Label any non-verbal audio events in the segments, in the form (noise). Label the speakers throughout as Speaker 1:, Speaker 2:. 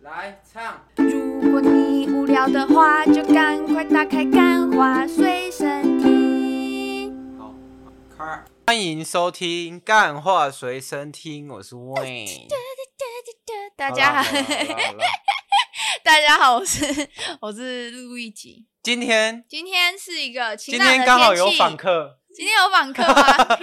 Speaker 1: 来唱，
Speaker 2: 如果你无聊的话，就赶快打开《干花随身听》。
Speaker 1: 好，开。欢迎收听《干话随身听》，我是 Wayne。
Speaker 2: 大家 (laughs)
Speaker 1: 好啦好啦好啦好啦
Speaker 2: 大家好，我是我是陆一吉。
Speaker 1: 今
Speaker 2: (laughs)
Speaker 1: 天
Speaker 2: 今天是一个晴
Speaker 1: 今
Speaker 2: 朗的
Speaker 1: 天
Speaker 2: 天气。
Speaker 1: 刚好有访客，
Speaker 2: (laughs) 今天有访客
Speaker 1: (laughs)
Speaker 2: 吗？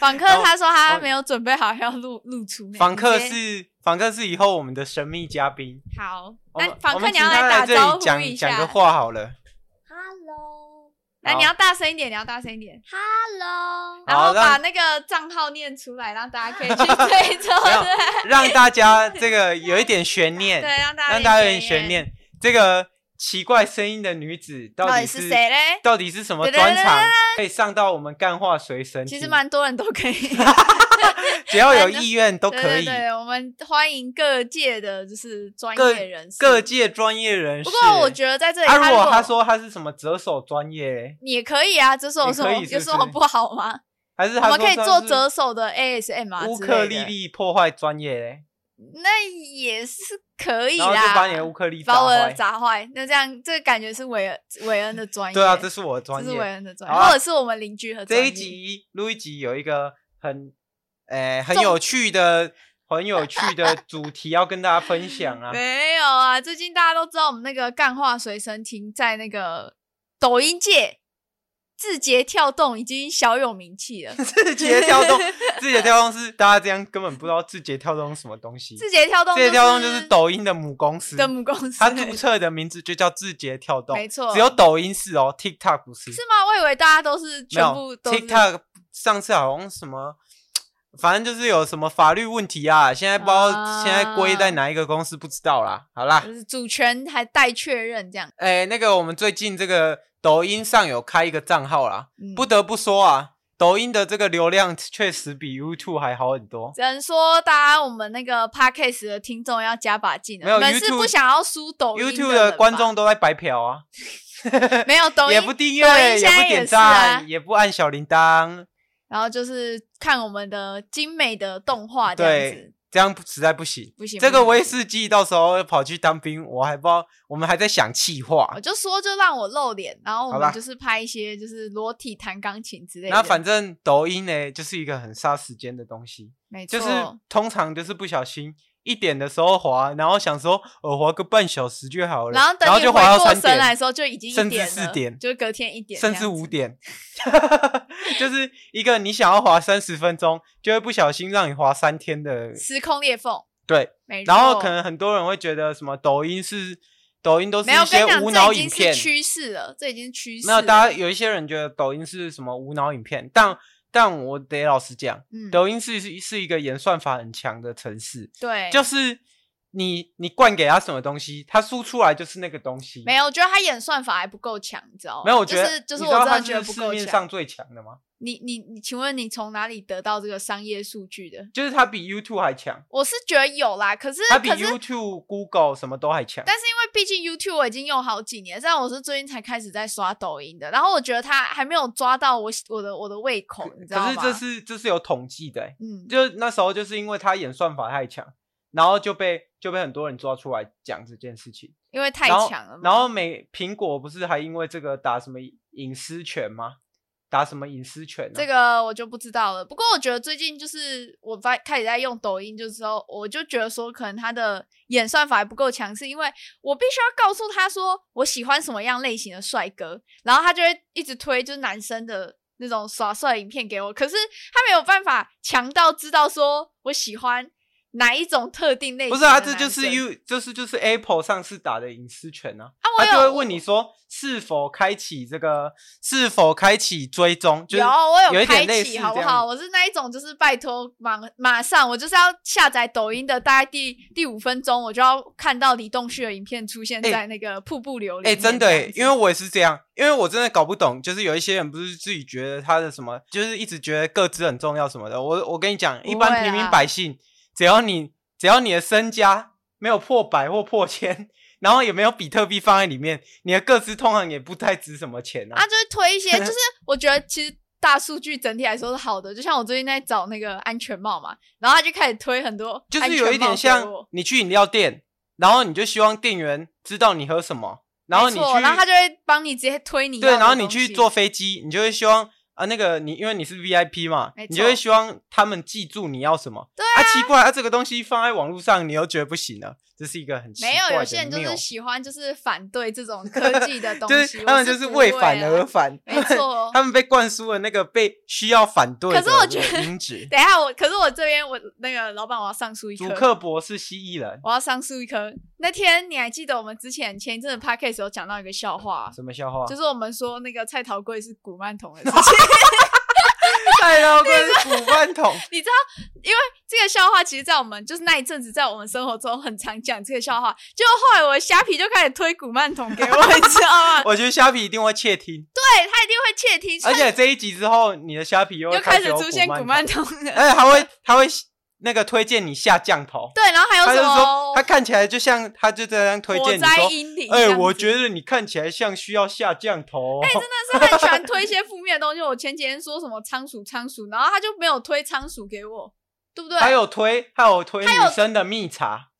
Speaker 2: 访客他说他
Speaker 1: 哦
Speaker 2: 没有准备好要露露出。
Speaker 1: 访客
Speaker 2: 你直接
Speaker 1: 是访客是以后我们的神秘嘉宾。
Speaker 2: 好，
Speaker 1: 我
Speaker 2: 那
Speaker 1: 们
Speaker 2: 访
Speaker 1: 我
Speaker 2: 客
Speaker 1: 们
Speaker 2: 你
Speaker 1: 请
Speaker 2: 要
Speaker 1: 他
Speaker 2: 来打
Speaker 1: 这
Speaker 2: 招
Speaker 1: 里
Speaker 2: 呼一
Speaker 1: 讲讲个
Speaker 2: 下。
Speaker 1: 话好
Speaker 2: (laughs)
Speaker 1: 了。
Speaker 3: Hello，Hello，
Speaker 2: 来，
Speaker 1: 好
Speaker 2: 你要大声一点，你要大声一点，然
Speaker 1: 好
Speaker 2: 后把
Speaker 1: 让
Speaker 2: 那个账号念出来，让大家可以去追踪。
Speaker 1: (laughs) 没有让大家这个有一点悬念，
Speaker 2: 对，让大家
Speaker 1: (laughs) 让大家有点
Speaker 2: 悬
Speaker 1: 悬。念。这个奇怪声音的女子到
Speaker 2: 到
Speaker 1: 底
Speaker 2: 底是谁嘞？
Speaker 1: 到底是什么
Speaker 2: 对对对
Speaker 1: 专长可以上到我们干话随身听？
Speaker 2: 其实蛮多人都可以，
Speaker 1: 只要有意愿 (laughs) 都可
Speaker 2: 对对
Speaker 1: 以，
Speaker 2: 对，我们欢迎各界的就是专
Speaker 1: 各
Speaker 2: 业人士。
Speaker 1: 各界专业人士。
Speaker 2: 不过我觉得在这里，
Speaker 1: 啊，如
Speaker 2: 如
Speaker 1: 果
Speaker 2: 果
Speaker 1: 他说他是什么折手专业嘞，
Speaker 2: 也可以啊，这是有
Speaker 1: 也
Speaker 2: 什
Speaker 1: 可
Speaker 2: 么
Speaker 1: 以是
Speaker 2: 有
Speaker 1: 不
Speaker 2: 什么
Speaker 1: 是
Speaker 2: 不好吗？
Speaker 1: 还是 (laughs)
Speaker 2: 我
Speaker 1: 他
Speaker 2: 们
Speaker 1: 说
Speaker 2: 可以做
Speaker 1: 他是
Speaker 2: 折手的 ASM 啊，
Speaker 1: 乌克丽，丽破坏专业嘞，
Speaker 2: 那也是可以
Speaker 1: 然后就把你
Speaker 2: 啦
Speaker 1: 的。乌克丽
Speaker 2: 把
Speaker 1: 砸
Speaker 2: 我的
Speaker 1: 坏。
Speaker 2: 砸坏，那这样这个感觉是韦恩韦恩的专业。
Speaker 1: 对啊，这
Speaker 2: 是
Speaker 1: 是我的专
Speaker 2: 这是韦
Speaker 1: 业。
Speaker 2: 恩的专业，
Speaker 1: 好啊
Speaker 2: 或者是我们邻居和专
Speaker 1: 这
Speaker 2: 业
Speaker 1: 一集录一集有一个很，诶、很
Speaker 2: 重
Speaker 1: 有趣的、很有趣的主题要跟大家分享
Speaker 2: (laughs)
Speaker 1: 啊。
Speaker 2: 没有啊，最近大家都知道我们那个干话随身听在那个抖音界字节跳动已经小有名气
Speaker 1: (laughs)
Speaker 2: 了。
Speaker 1: 字节跳
Speaker 2: (laughs)
Speaker 1: 动，字节跳动是大家这样根本不知道字节跳动是什么东西。
Speaker 2: 字节跳动、
Speaker 1: 字节跳动就是抖音的母公司，
Speaker 2: 的母公司，
Speaker 1: 它注册的名字就叫字节跳动，
Speaker 2: 没错
Speaker 1: 只有抖音是哦，TikTok 不是。
Speaker 2: 是吗？我以为大家都是
Speaker 1: 没
Speaker 2: 全部
Speaker 1: 有
Speaker 2: 都是
Speaker 1: TikTok 上次好像什么。反正就是有什么法律问题啊，现在不知道、
Speaker 2: 啊
Speaker 1: 现在归在哪一个公司不知道啦。好啦，
Speaker 2: 就是主权还待确认这样。
Speaker 1: 哎、那个我们最近这个抖音上有开一个账号啦，
Speaker 2: 嗯
Speaker 1: 不得不说啊，抖音的这个流量确实比 YouTube 还好很多。
Speaker 2: 只能说，大家我们那个 podcast 的听众要加把劲
Speaker 1: 没
Speaker 2: 了。
Speaker 1: 有
Speaker 2: 你们是
Speaker 1: YouTube-
Speaker 2: 不想要输抖音
Speaker 1: YouTube
Speaker 2: 的人吧
Speaker 1: 观众都在白嫖啊，
Speaker 2: 没有抖音
Speaker 1: 也不订
Speaker 2: 抖音
Speaker 1: 阅，
Speaker 2: 现在
Speaker 1: 不点
Speaker 2: 也是啊
Speaker 1: 赞，也不按小铃铛，
Speaker 2: 然后就是看我们的精美的动画这样
Speaker 1: 对
Speaker 2: 子。，
Speaker 1: 这样实在不行。
Speaker 2: 不行
Speaker 1: 这个
Speaker 2: 不行
Speaker 1: 威士忌到时候跑去当兵，我还不知道，我们还在想气话
Speaker 2: 我。就说就让我露脸，然后我
Speaker 1: 好吧
Speaker 2: 们就是拍一些就是裸体弹钢琴之类的。
Speaker 1: 那反正抖音呢，就是一个很杀时间的东西。
Speaker 2: 没错，
Speaker 1: 就是通常就是不小心一点的时候滑，然后想说呃滑个半小时就好了，
Speaker 2: 然后等你
Speaker 1: 就滑到
Speaker 2: 回过
Speaker 1: 三
Speaker 2: 神来的
Speaker 1: 点，
Speaker 2: 时候就已经
Speaker 1: 甚
Speaker 2: 一
Speaker 1: 至
Speaker 2: 点
Speaker 1: 四
Speaker 2: 了
Speaker 1: 点
Speaker 2: 就隔天一点这
Speaker 1: 甚
Speaker 2: 样子，
Speaker 1: 至五点， (laughs) 就是一个你想要滑三十分钟，就会不小心让你滑三天
Speaker 2: (laughs)
Speaker 1: 的，
Speaker 2: 时空裂缝。
Speaker 1: 对。
Speaker 2: 没错，
Speaker 1: 然后可能很多人会觉得什么抖音是抖音都是
Speaker 2: 没有
Speaker 1: 一
Speaker 2: 我跟
Speaker 1: 些
Speaker 2: 你讲，
Speaker 1: 无脑
Speaker 2: 这已
Speaker 1: 影
Speaker 2: 经是
Speaker 1: 片，
Speaker 2: 趋势了，这已经是趋势
Speaker 1: 没
Speaker 2: 了。
Speaker 1: 有大家有一些人觉得抖音是什么无脑影片，但但我得老实讲，
Speaker 2: 嗯
Speaker 1: 抖音是是是一个演算法很强的城市，
Speaker 2: 对，
Speaker 1: 就是你你灌给他什么东西，他输出来就是那个东西。
Speaker 2: 没有，我觉得他演算法还不够强，你知道吗？
Speaker 1: 没有，我觉得
Speaker 2: 就是就是
Speaker 1: 你
Speaker 2: 我
Speaker 1: 知道
Speaker 2: 真
Speaker 1: 他
Speaker 2: 的
Speaker 1: 是
Speaker 2: 觉得不
Speaker 1: 市
Speaker 2: 够
Speaker 1: 面
Speaker 2: 强。
Speaker 1: 上最强的吗？
Speaker 2: 你你你，请问你从哪里得到这个商业数据的？
Speaker 1: 就是他比 YouTube 还强，
Speaker 2: 我是觉得有啦，可是
Speaker 1: 他比
Speaker 2: 可是。
Speaker 1: YouTube、Google 什么都还强。
Speaker 2: 但是因为毕竟 YouTube 我已经用好几年，但我是最近才开始在刷抖音的，然后我觉得它还没有抓到我喜我的我的胃口，你知道
Speaker 1: 可
Speaker 2: 吗？
Speaker 1: 是这是这是有统计的、欸，
Speaker 2: 嗯，
Speaker 1: 就那时候就是因为他演算法太强，然后就被就被很多人抓出来讲这件事情。
Speaker 2: 因为太
Speaker 1: 然后
Speaker 2: 强了嘛。
Speaker 1: 然后美苹果不是还因为这个打什么隐私权吗？打什么隐私权、啊？
Speaker 2: 这个我就不知道了。不过我觉得最近就是我发开始在用抖音，就之后我就觉得说，可能它的演算法还不够强，是因为我必须要告诉他说我喜欢什么样类型的帅哥，然后他就会一直推就是男生的那种耍帅影片给我。可是他没有办法强到知道说我喜欢哪一种特定类型
Speaker 1: 不是
Speaker 2: 的
Speaker 1: 啊，
Speaker 2: 男
Speaker 1: 这
Speaker 2: 生。
Speaker 1: 就是
Speaker 2: 因
Speaker 1: U，就是就是 Apple 上次打的隐私权啊，
Speaker 2: 啊，我
Speaker 1: 他
Speaker 2: 有
Speaker 1: 就会问你说是否开启这个，是否开启追踪，就是
Speaker 2: 有，我
Speaker 1: 有一
Speaker 2: 开
Speaker 1: 点类似
Speaker 2: 启，好不
Speaker 1: 这样
Speaker 2: 好？我是那一种，就是拜托马马上，我就是要下载抖音的，大概第第五分钟，我就要看到李栋旭的影片出现
Speaker 1: 哎
Speaker 2: 在那个瀑布流里
Speaker 1: 哎、
Speaker 2: 面。
Speaker 1: 真的、欸，
Speaker 2: 这
Speaker 1: 因
Speaker 2: 样
Speaker 1: 为
Speaker 2: 子
Speaker 1: 我也是这样，因为我真的搞不懂，就是有一些人不是自己觉得他的什么，就是一直觉得各自很重要什么的。我我跟你讲，
Speaker 2: 不
Speaker 1: 一般
Speaker 2: 会啊
Speaker 1: 平民
Speaker 2: 啦
Speaker 1: 百姓，只要你只要你的身家没有破百或破千，然后也没有比特币放在里面，你的各自通常也不太值什么钱啊。
Speaker 2: 啊，就是推一些，
Speaker 1: (laughs)
Speaker 2: 就是我觉得其实。大数据整体来说是好的，就像我最近在找那个安全帽嘛，然后他就开始推很多
Speaker 1: 就
Speaker 2: 安
Speaker 1: 是
Speaker 2: 全
Speaker 1: 有一
Speaker 2: 帽
Speaker 1: 点
Speaker 2: 给
Speaker 1: 像
Speaker 2: 我
Speaker 1: 你去饮料店，然后你就希望店员知道你喝什么，然后
Speaker 2: 没
Speaker 1: 你
Speaker 2: 错
Speaker 1: 去，
Speaker 2: 然后他就会帮你直接推你要
Speaker 1: 对，
Speaker 2: 的
Speaker 1: 然后你
Speaker 2: 东
Speaker 1: 去
Speaker 2: 西
Speaker 1: 坐飞机，你就会希望啊，那个你因为你是 VIP 嘛
Speaker 2: 没，
Speaker 1: 你就会
Speaker 2: 错
Speaker 1: 希望他们记住你要什么。对啊，奇怪啊，这个东西放在网络上，你又觉得不行了，这是一个很奇怪
Speaker 2: 没
Speaker 1: 的
Speaker 2: 有，有些人就
Speaker 1: 谬 (laughs)
Speaker 2: 是喜欢就是反对这种科技的东
Speaker 1: 就
Speaker 2: 西，
Speaker 1: (laughs) 是他
Speaker 2: 我
Speaker 1: 们就是
Speaker 2: 不
Speaker 1: 为
Speaker 2: 会
Speaker 1: 反
Speaker 2: 啊 (laughs)
Speaker 1: 而反，
Speaker 2: 没错
Speaker 1: (laughs) 他们被灌输了那个被需要反对的
Speaker 2: 可是我觉得
Speaker 1: 因子。
Speaker 2: (laughs) 等一下我，可是我这边我那个老板我要上诉一
Speaker 1: 祖
Speaker 2: 科，
Speaker 1: 克伯是蜥蜴人，
Speaker 2: 我要上诉一科。那天你还记得我们之前前一阵的 podcast 有讲到一个笑话，
Speaker 1: 什么笑话？
Speaker 2: 啊就是我们说那个蔡桃贵是古曼童的
Speaker 1: (laughs)
Speaker 2: 事情。
Speaker 1: 太老
Speaker 2: (laughs)
Speaker 1: 棍是古曼童，
Speaker 2: 你知道，因为这个笑话，其实，在我们就是那一阵子，在我们生活中很常讲这个笑话。结果后来我的虾皮就开始推古曼童给我，你知道
Speaker 1: (laughs)
Speaker 2: 吗？
Speaker 1: 我觉得虾皮一定会窃听，
Speaker 2: 对他一定会窃听，
Speaker 1: 而且这一集之后，你的虾皮又
Speaker 2: 就
Speaker 1: 会
Speaker 2: 开
Speaker 1: 哎始
Speaker 2: 始
Speaker 1: 有
Speaker 2: 出现古
Speaker 1: 古
Speaker 2: 曼
Speaker 1: 童，
Speaker 2: 童的。
Speaker 1: 而且他会他会那个推荐你下降头，
Speaker 2: 对，然后还有
Speaker 1: 他就
Speaker 2: 什
Speaker 1: 说
Speaker 2: 么
Speaker 1: 他看起来就像他就这样推
Speaker 2: 火
Speaker 1: 荐你
Speaker 2: 灾
Speaker 1: 说，
Speaker 2: 阴灵这样哎
Speaker 1: 哎
Speaker 2: 子？，
Speaker 1: 我觉得你看起来像需要下降头哦，
Speaker 2: (laughs) 但是很喜欢推一些负面的东西。我前几天说什么仓鼠仓鼠，然后他就没有推仓鼠给我，对不对？
Speaker 1: 还有推还有推
Speaker 2: 还有
Speaker 1: 女生的蜜茶，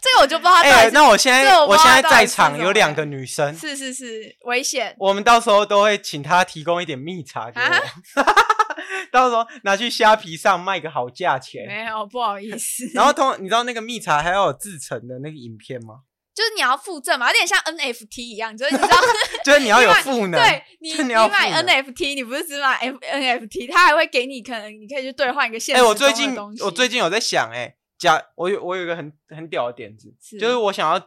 Speaker 2: 这个我就不知道他到底
Speaker 1: 哎，
Speaker 2: 是、
Speaker 1: 那我现
Speaker 2: 啊这
Speaker 1: 在
Speaker 2: 我不
Speaker 1: 我
Speaker 2: 知道
Speaker 1: 现在
Speaker 2: 到底
Speaker 1: 在
Speaker 2: 是
Speaker 1: 场
Speaker 2: 什么
Speaker 1: 有两个女生，
Speaker 2: 是是是危险。
Speaker 1: 我们到时候都会请他提供一点蜜茶给我，
Speaker 2: 啊
Speaker 1: (laughs) 到时候拿去虾皮上卖个好价钱。
Speaker 2: 没有，哎哦不好意思。
Speaker 1: 然后通，你知道那个蜜茶还要有制成的那个影片吗？
Speaker 2: 就是你要附赠嘛，有点像 NFT 一样，就是你知
Speaker 1: (laughs)
Speaker 2: 道，
Speaker 1: 就是你要有
Speaker 2: 另外
Speaker 1: 赋能，
Speaker 2: 对你
Speaker 1: 就是
Speaker 2: 你
Speaker 1: 你要
Speaker 2: 买
Speaker 1: 赋能
Speaker 2: NFT，你不是只买 F NFT，它还会给你可能你可以去兑换一个现
Speaker 1: 哎、
Speaker 2: 实
Speaker 1: 我最
Speaker 2: 中的
Speaker 1: 近
Speaker 2: 东西
Speaker 1: 我最近有在想、哎，假我有我有一个很很屌的点子，
Speaker 2: 是
Speaker 1: 就是我想要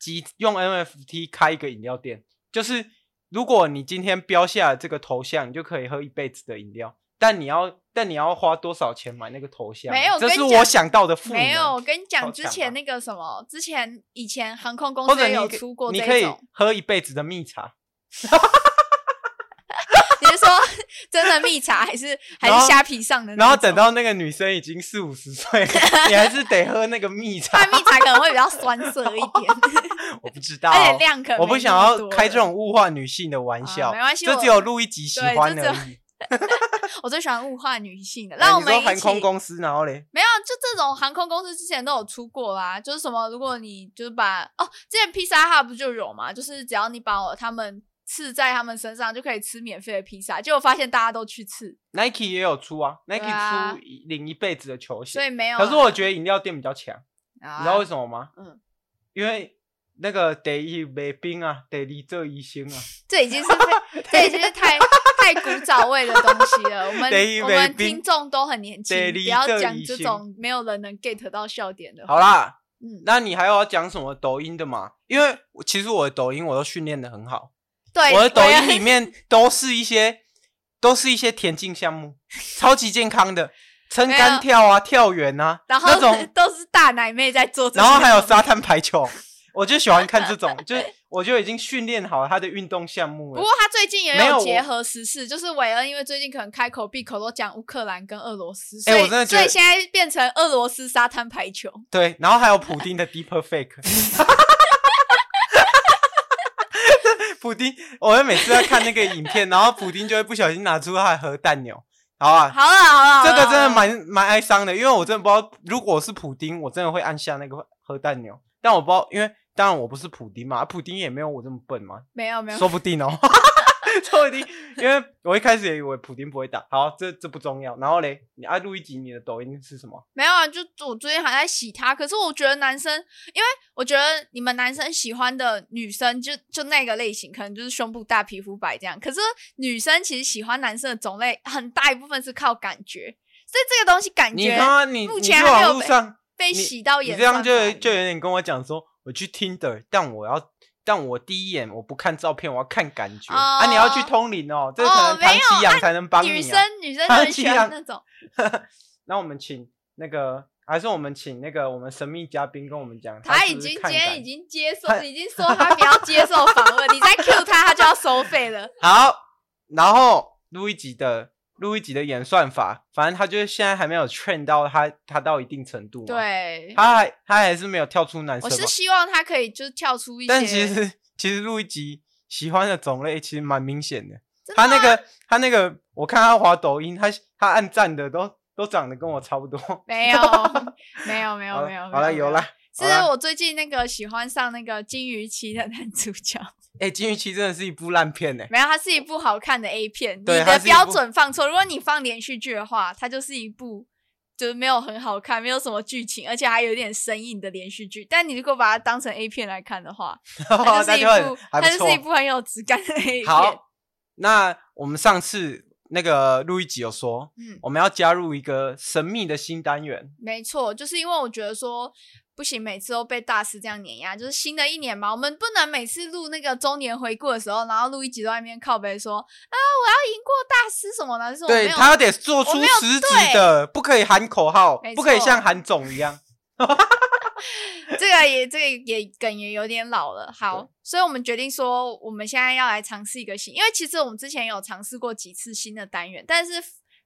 Speaker 1: 集用 NFT 开一个饮料店，就是如果你今天标下了这个头像，你就可以喝一辈子的饮料，但你要但你要花多少钱买那个头像？
Speaker 2: 没有
Speaker 1: 这
Speaker 2: 跟
Speaker 1: 是
Speaker 2: 你讲
Speaker 1: 我想到的赋能。
Speaker 2: 没有，我跟你
Speaker 1: 超
Speaker 2: 讲，之
Speaker 1: 强
Speaker 2: 前
Speaker 1: 吧
Speaker 2: 那个什么，之前以前航空公
Speaker 1: 或者
Speaker 2: 司
Speaker 1: 你
Speaker 2: 有
Speaker 1: 可
Speaker 2: 出过
Speaker 1: 你
Speaker 2: 这
Speaker 1: 可以
Speaker 2: 种，
Speaker 1: 喝一辈子的蜜茶，
Speaker 2: 你是说 (laughs) 真的蜜茶还是
Speaker 1: (laughs)
Speaker 2: 还
Speaker 1: 然后
Speaker 2: 是虾皮上的那种？
Speaker 1: 然后
Speaker 2: (laughs)
Speaker 1: 等到那个女生已经四五十岁了，你还是得喝那个蜜
Speaker 2: (laughs) 不然
Speaker 1: 茶。
Speaker 2: 蜜茶可能会比较酸涩一
Speaker 1: (laughs)
Speaker 2: 点，
Speaker 1: 我不知道，
Speaker 2: 而且量可能
Speaker 1: 哦我不
Speaker 2: 没
Speaker 1: 想
Speaker 2: 那么
Speaker 1: 要
Speaker 2: 多
Speaker 1: 开这
Speaker 2: 了
Speaker 1: 种物化女性的玩笑，
Speaker 2: 啊没关系
Speaker 1: 这
Speaker 2: 我
Speaker 1: 只有录一集喜
Speaker 2: 对
Speaker 1: 欢
Speaker 2: 这只有
Speaker 1: 而已。
Speaker 2: 我最喜欢物化女性的，
Speaker 1: 哎
Speaker 2: (laughs) 让我
Speaker 1: 你
Speaker 2: 们
Speaker 1: 说
Speaker 2: 一起
Speaker 1: 航空公司，然后
Speaker 2: (laughs)
Speaker 1: 嘞，
Speaker 2: 没有，就这种航空公司之前都有出过啦，就是什么，如果你就是把哦，之前披萨 hub 不就有嘛，就是只要你把我他们刺在他们身上，就可以吃免费的披萨，结果发现大家都去刺，
Speaker 1: Nike 也有出啊，Nike
Speaker 2: 啊
Speaker 1: 出一领一辈子的球
Speaker 2: 所
Speaker 1: 鞋。
Speaker 2: 以没有啦。
Speaker 1: 可是我觉得饮料店比较强，
Speaker 2: 啊，
Speaker 1: 你知道为什么吗？
Speaker 2: 嗯，
Speaker 1: 因为那个得一没冰啊，得离这一星
Speaker 2: (laughs)
Speaker 1: 啊，
Speaker 2: 这已经是
Speaker 1: (laughs)
Speaker 2: 太这已经是太太古早味的东西了。
Speaker 1: (laughs)
Speaker 2: 我们
Speaker 1: 得以
Speaker 2: 我
Speaker 1: 为
Speaker 2: 们
Speaker 1: 宾
Speaker 2: 听众都很年轻，
Speaker 1: 得
Speaker 2: 不
Speaker 1: 离
Speaker 2: 要
Speaker 1: 这
Speaker 2: 讲
Speaker 1: 一
Speaker 2: 这
Speaker 1: 心
Speaker 2: 种没有人能 get 到笑点的话。
Speaker 1: 好啦，
Speaker 2: 嗯，
Speaker 1: 那你还有要讲什么抖音的吗？因为我其实我的抖音我都训练的很好，
Speaker 2: 对，
Speaker 1: 我的抖
Speaker 2: 也
Speaker 1: 音里面都是一些都是一些田径项目，超级健康的，撑
Speaker 2: 没有
Speaker 1: 杆跳啊、跳远啊，
Speaker 2: (laughs) 然后
Speaker 1: 那种
Speaker 2: (laughs) 都是大奶妹在做这些
Speaker 1: 然
Speaker 2: 东西，
Speaker 1: 后还有沙滩排球，我就喜欢看这种，就是我就已经训练好他的运动项目
Speaker 2: 不
Speaker 1: 了
Speaker 2: 过。他最近也
Speaker 1: 没有
Speaker 2: 有
Speaker 1: 我
Speaker 2: 结合时事，就是韦恩，因为最近可能开口闭口都讲乌克兰跟俄罗斯，所
Speaker 1: 哎
Speaker 2: 以、
Speaker 1: 我真的觉
Speaker 2: 所
Speaker 1: 得
Speaker 2: 以现在变成俄罗斯沙滩排球，
Speaker 1: 对，然后还有普丁的 Deep Fake。普丁，我会每次在看那个影片，然后普丁就会不小心拿出他的核弹钮。好啊，
Speaker 2: 好了好了，好了
Speaker 1: 这个真的
Speaker 2: 好了
Speaker 1: 蛮蛮哀伤的，因为我真的不知道，如果我是普丁，我真的会按下那个核弹钮。但我不知道，因为当然我不是普丁嘛，啊普丁也没有我这么笨嘛，
Speaker 2: 没有没有，
Speaker 1: 说不定哦， (laughs) 说不定，因为我一开始也以为普丁不会打。好，这这不重要。然后嘞，你爱录一集你的抖音是什么？
Speaker 2: 没有啊，就我最近还在洗他，可是我觉得男生，因为我觉得你们男生喜欢的女生就就那个类型，可能就是胸部大、皮肤白这样。可是女生其实喜欢男生的种类很大一部分是靠感觉，所以这个东西感
Speaker 1: 你
Speaker 2: 觉
Speaker 1: 刚刚你
Speaker 2: 目
Speaker 1: 你
Speaker 2: 前
Speaker 1: 去
Speaker 2: 还没有
Speaker 1: 网络
Speaker 2: 被
Speaker 1: 上
Speaker 2: 被
Speaker 1: 你
Speaker 2: 洗到
Speaker 1: 你
Speaker 2: 眼
Speaker 1: 这样
Speaker 2: 酸
Speaker 1: 就
Speaker 2: 吧
Speaker 1: 就有点跟我讲说，我去 Tinder，但我要。但我第一眼我不看照片，我要看感觉、啊！你要去
Speaker 2: 哦
Speaker 1: 通灵哦，这可
Speaker 2: 哦
Speaker 1: 能唐
Speaker 2: 没有
Speaker 1: 奇阳
Speaker 2: 啊
Speaker 1: 才能帮你、啊
Speaker 2: 女生女生就
Speaker 1: 他
Speaker 2: 很
Speaker 1: 这
Speaker 2: 喜欢
Speaker 1: 样
Speaker 2: 那种。
Speaker 1: 那我们请那个，还是我们请那个我们神秘嘉宾跟我们讲，
Speaker 2: 他
Speaker 1: 是
Speaker 2: 已
Speaker 1: 不是
Speaker 2: 经今
Speaker 1: 看
Speaker 2: 天
Speaker 1: 感
Speaker 2: 已经接受
Speaker 1: 他，
Speaker 2: 已经说他不要接受访问，你再 Q 他，他就要收
Speaker 1: (laughs)
Speaker 2: 费了。
Speaker 1: 好，然后录一集的录一集的演算法，反正他就是现在还没有劝到他，他到一定程度嘛，，
Speaker 2: 对，
Speaker 1: 他还他还是没有跳出男
Speaker 2: 我
Speaker 1: 生
Speaker 2: 是
Speaker 1: 嘛，
Speaker 2: 希望他可以就是跳出一些，
Speaker 1: 但其实其实录一集喜欢的种类其实蛮明显的，
Speaker 2: 真的
Speaker 1: 他那个他那个，我看他滑抖音，他他按赞的都都长得跟我差不多， (laughs)
Speaker 2: 没有没有没有
Speaker 1: 好了
Speaker 2: 没有，
Speaker 1: 好了
Speaker 2: 没有
Speaker 1: 有了，
Speaker 2: 是
Speaker 1: 好啦
Speaker 2: 我最近那个喜欢上那个金鱼期的男主角，
Speaker 1: 哎，《金鱼期》真的是一部烂片哎、
Speaker 2: 没有，它是一部好看的 A 片。你
Speaker 1: 对它
Speaker 2: 的
Speaker 1: 是一部
Speaker 2: 标准放错，如果你放连续剧的话，它就是一部就是没有很好看，没有什么剧情，而且还有点生硬的连续剧。但你如果把它当成 A 片来看的话，
Speaker 1: (laughs)
Speaker 2: 它就
Speaker 1: 哦那
Speaker 2: 是一
Speaker 1: 就很
Speaker 2: 部
Speaker 1: 还不
Speaker 2: 它就是一
Speaker 1: 错。
Speaker 2: 部很有质感的 A 片。
Speaker 1: 好，那我们上次那个录一集有说，
Speaker 2: 嗯，
Speaker 1: 我们要加入一个神秘的新单元，
Speaker 2: 没错，就是因为我觉得说不行，每次都被大师这样碾压，就是新的一年嘛，我们不能每次录那个周年回顾的时候，然后录一集都在那边靠背说啊，我要赢过大师什么的，就是我没
Speaker 1: 对
Speaker 2: 有。
Speaker 1: 他得做
Speaker 2: 我
Speaker 1: 出
Speaker 2: 没有
Speaker 1: 实质的，不可以喊口号
Speaker 2: 没，
Speaker 1: 不可以
Speaker 2: 错
Speaker 1: 像韩总一样。
Speaker 2: 这个也这个也梗也有点老了。好，所以我们决定说，我们现在要来尝试一个新，因为其实我们之前有尝试过几次新的单元，但是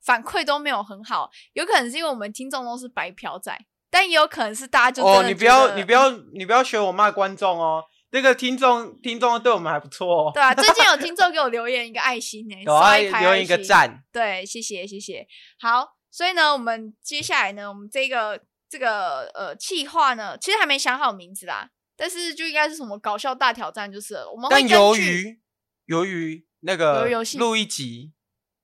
Speaker 2: 反馈都没有很好，有可能是因为我们听众都是白嫖仔，但也有可能是大家就
Speaker 1: 哦，
Speaker 2: 真的
Speaker 1: 你不
Speaker 2: 觉
Speaker 1: 要，
Speaker 2: 得
Speaker 1: 你不要，你不要学我骂观众哦。这个听众，听众对我们还不错哦。
Speaker 2: 对啊，最近有听众给我留言一个爱心呢、
Speaker 1: (laughs)
Speaker 2: 欸，
Speaker 1: 有啊，
Speaker 2: 刷一排
Speaker 1: 留言一个
Speaker 2: 爱心，
Speaker 1: 赞。
Speaker 2: 对，谢谢谢谢。好，所以呢，我们接下来呢，我们这个这个呃企划呢，其实还没想好名字啦，但是就应该是什么搞笑大挑战，就是了我们会
Speaker 1: 但
Speaker 2: 根
Speaker 1: 由
Speaker 2: 据
Speaker 1: 于由于那
Speaker 2: 由
Speaker 1: 个
Speaker 2: 于游戏
Speaker 1: 录一集，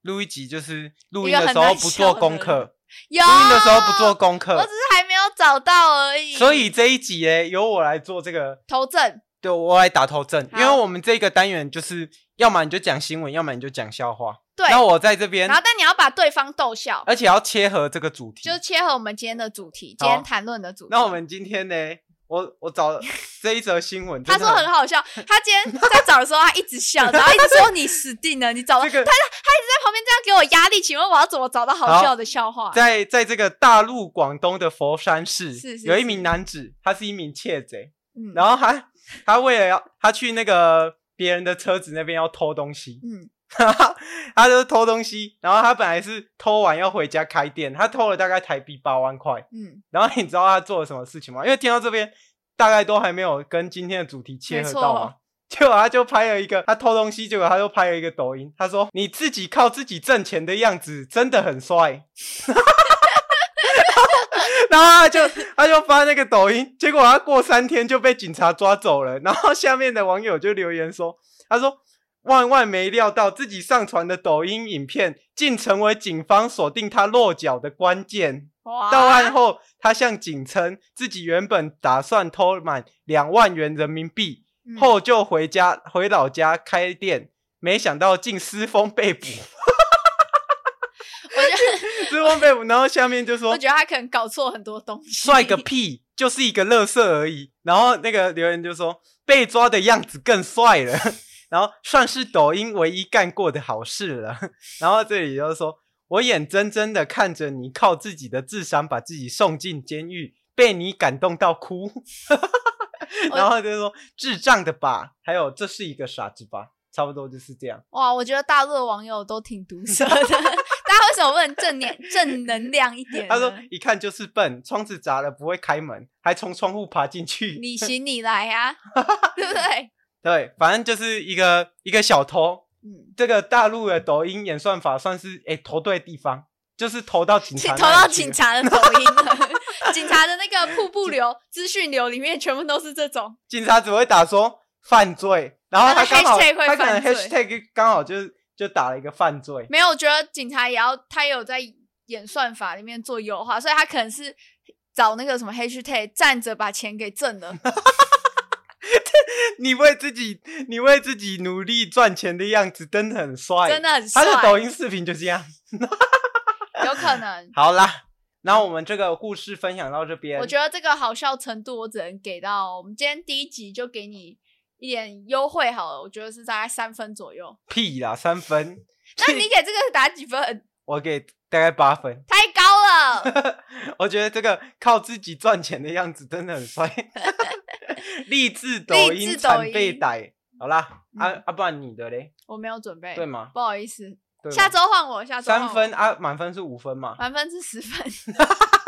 Speaker 1: 录一集就是录
Speaker 2: 一
Speaker 1: 音
Speaker 2: 个
Speaker 1: 的
Speaker 2: 很
Speaker 1: 时候
Speaker 2: 难
Speaker 1: 不
Speaker 2: 笑
Speaker 1: 做
Speaker 2: 的
Speaker 1: 功课，
Speaker 2: 有
Speaker 1: 录音的时候不做功
Speaker 2: 我
Speaker 1: 课
Speaker 2: 只，是还没有找到而已，
Speaker 1: 所以这一集诶由我来做这个，
Speaker 2: 头阵
Speaker 1: 对我来打头阵，因为
Speaker 2: 好
Speaker 1: 我们这个单元就是要么你就讲新闻，要么你就讲笑话。
Speaker 2: 对，
Speaker 1: 那我在这边
Speaker 2: 然，后但你要把对方逗笑，
Speaker 1: 而且要切合这个主题
Speaker 2: 就。切合我们今天的主题，
Speaker 1: 好
Speaker 2: 今天谈论的主题。
Speaker 1: 那我们今天呢，我我
Speaker 2: (laughs)
Speaker 1: 找这一则新闻，
Speaker 2: 他
Speaker 1: 真的
Speaker 2: 说很好笑，他今天在找的时候，他一直笑，然后一直说你死定了，你找到、
Speaker 1: 这个
Speaker 2: 他在旁边这样给我压力，请问我要怎么找到好笑的笑话？
Speaker 1: 在在这个大陆广东的佛山市，
Speaker 2: 是是
Speaker 1: 有一
Speaker 2: 是
Speaker 1: 名男子，他是一名窃贼，
Speaker 2: 嗯
Speaker 1: 然后他他为了要他去那个别人的车子那边要偷东西，
Speaker 2: 嗯，
Speaker 1: 他就偷东西，然后他本来是偷完要回家开店，他偷了大概台币八万块，
Speaker 2: 嗯，
Speaker 1: 然后你知道他做了什么事情吗？因为听到这边大概都还没有跟今天的主题切合到
Speaker 2: 没
Speaker 1: 嘛
Speaker 2: 错。
Speaker 1: 结果他就拍了一个，他偷东西，结果他就拍了一个抖音，他说：“你自己靠自己挣钱的样子真的很帅。” (laughs) 然后他就他就发那个抖音，结果他过三天就被警察抓走了。然后下面的网友就留言说：“他说万万没料到自己上传的抖音影片竟成为警方锁定他落脚的关键。”
Speaker 2: 哇，
Speaker 1: 到案后，他向警称自己原本打算偷满两万元人民币，
Speaker 2: 嗯
Speaker 1: 后就回家回老家开店，没想到竟失风被捕， (laughs)
Speaker 2: 我觉
Speaker 1: 失风被捕。然后下面就
Speaker 2: 得我
Speaker 1: 说
Speaker 2: 觉得他可能搞错很多东西，
Speaker 1: 帅个屁，就是一个乐色而已。然后那个留言就说被抓的样子更帅了， (laughs) 然后算是抖音唯一干过的好事了。 (laughs) 然后这里就说。我眼睁睁的看着你靠自己的智商把自己送进监狱，被你感动到哭。 (laughs)
Speaker 2: 我
Speaker 1: 然后就说智障的吧，还有这是一个傻子吧，差不多就是这样。
Speaker 2: 哇，我觉得大陆的网友都挺毒舌的，大 (laughs) 家为什么不能正念正能量一点呢？
Speaker 1: 他说一看就是笨，窗子砸了不会开门，还从窗户爬进去。
Speaker 2: 你行你来啊，对不对？
Speaker 1: 对，反正就是一个一个小偷。
Speaker 2: 嗯，
Speaker 1: 这个大陆的抖音演算法算是哎投对地方，就是投到警
Speaker 2: 去
Speaker 1: 察，
Speaker 2: 投到警。察的抖音
Speaker 1: (laughs)
Speaker 2: 了，警察的那个瀑布流、资讯流里面全部都是这种。
Speaker 1: 警察只会打说犯罪，然后
Speaker 2: 他
Speaker 1: 他
Speaker 2: 的
Speaker 1: 刚好
Speaker 2: hashtag 会
Speaker 1: 他可能
Speaker 2: 犯罪
Speaker 1: hashtag 刚好就是就打了一个犯罪。
Speaker 2: 没有，我觉得警察也要，他也有在演算法里面做优化，所以他可能是找那个什么 hashtag 站着把钱给挣了。
Speaker 1: 你为自己你为自己努力赚钱的样子真的很帅，
Speaker 2: 真的很帅
Speaker 1: 他的抖音视频就这样。
Speaker 2: 有可能。
Speaker 1: (laughs) 好啦，那我们这个故事分享到这边。
Speaker 2: 我觉得这个好笑程度，我只能给到我们今天第一集就给你一点优惠好了，我觉得是大概三分左右。
Speaker 1: 屁啦，三分，
Speaker 2: 那你给这个打几分？ (laughs)
Speaker 1: 我给大概八分。
Speaker 2: 太高了。 (laughs)
Speaker 1: 我觉得这个靠自己赚钱的样子真的很
Speaker 2: (laughs)
Speaker 1: 帅，励志抖
Speaker 2: 励志
Speaker 1: 音
Speaker 2: 抖
Speaker 1: 惨被
Speaker 2: 音
Speaker 1: 逮。好啦，
Speaker 2: 嗯
Speaker 1: 啊啊，不然你的嘞，
Speaker 2: 我没有准备，
Speaker 1: 对吗？
Speaker 2: 不好意思，
Speaker 1: 对吗
Speaker 2: 下周换我，下周哦换
Speaker 1: 三
Speaker 2: 我
Speaker 1: 分，啊，满分是五分嘛。
Speaker 2: 满分是十分，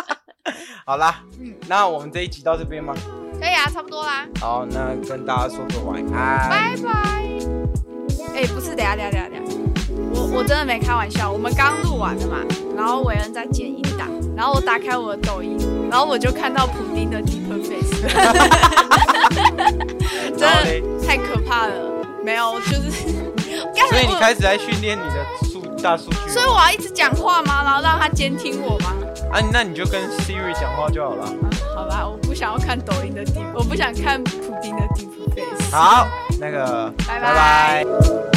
Speaker 2: (laughs)
Speaker 1: 好啦，
Speaker 2: 嗯，
Speaker 1: 那我们这一集到这边吗？
Speaker 2: 可以啊，差不多啦，
Speaker 1: 好，那跟大家说个晚安。
Speaker 2: 拜拜。哎、不是，等一下，等一下，等一下，等一下，我我真的没开玩笑，我们刚录完了嘛，然后韦恩在剪音档，然后我打开我的抖音，然后。然后我就看到普丁的
Speaker 1: (laughs)
Speaker 2: deeper face，真
Speaker 1: 然后嘞
Speaker 2: 的太可怕了。没有，就是，
Speaker 1: (laughs)
Speaker 2: 刚
Speaker 1: 所
Speaker 2: 才
Speaker 1: 以你
Speaker 2: 我
Speaker 1: 开始在训练你的数大数据
Speaker 2: 所以我要一直讲话吗？然后让他监听我吗？
Speaker 1: 啊，那你就跟 Siri 讲话就好了。
Speaker 2: 啊好吧，我不想要看抖音的 deep，我不想看普丁的 deep face。
Speaker 1: 好，那个，
Speaker 2: 拜拜
Speaker 1: 拜拜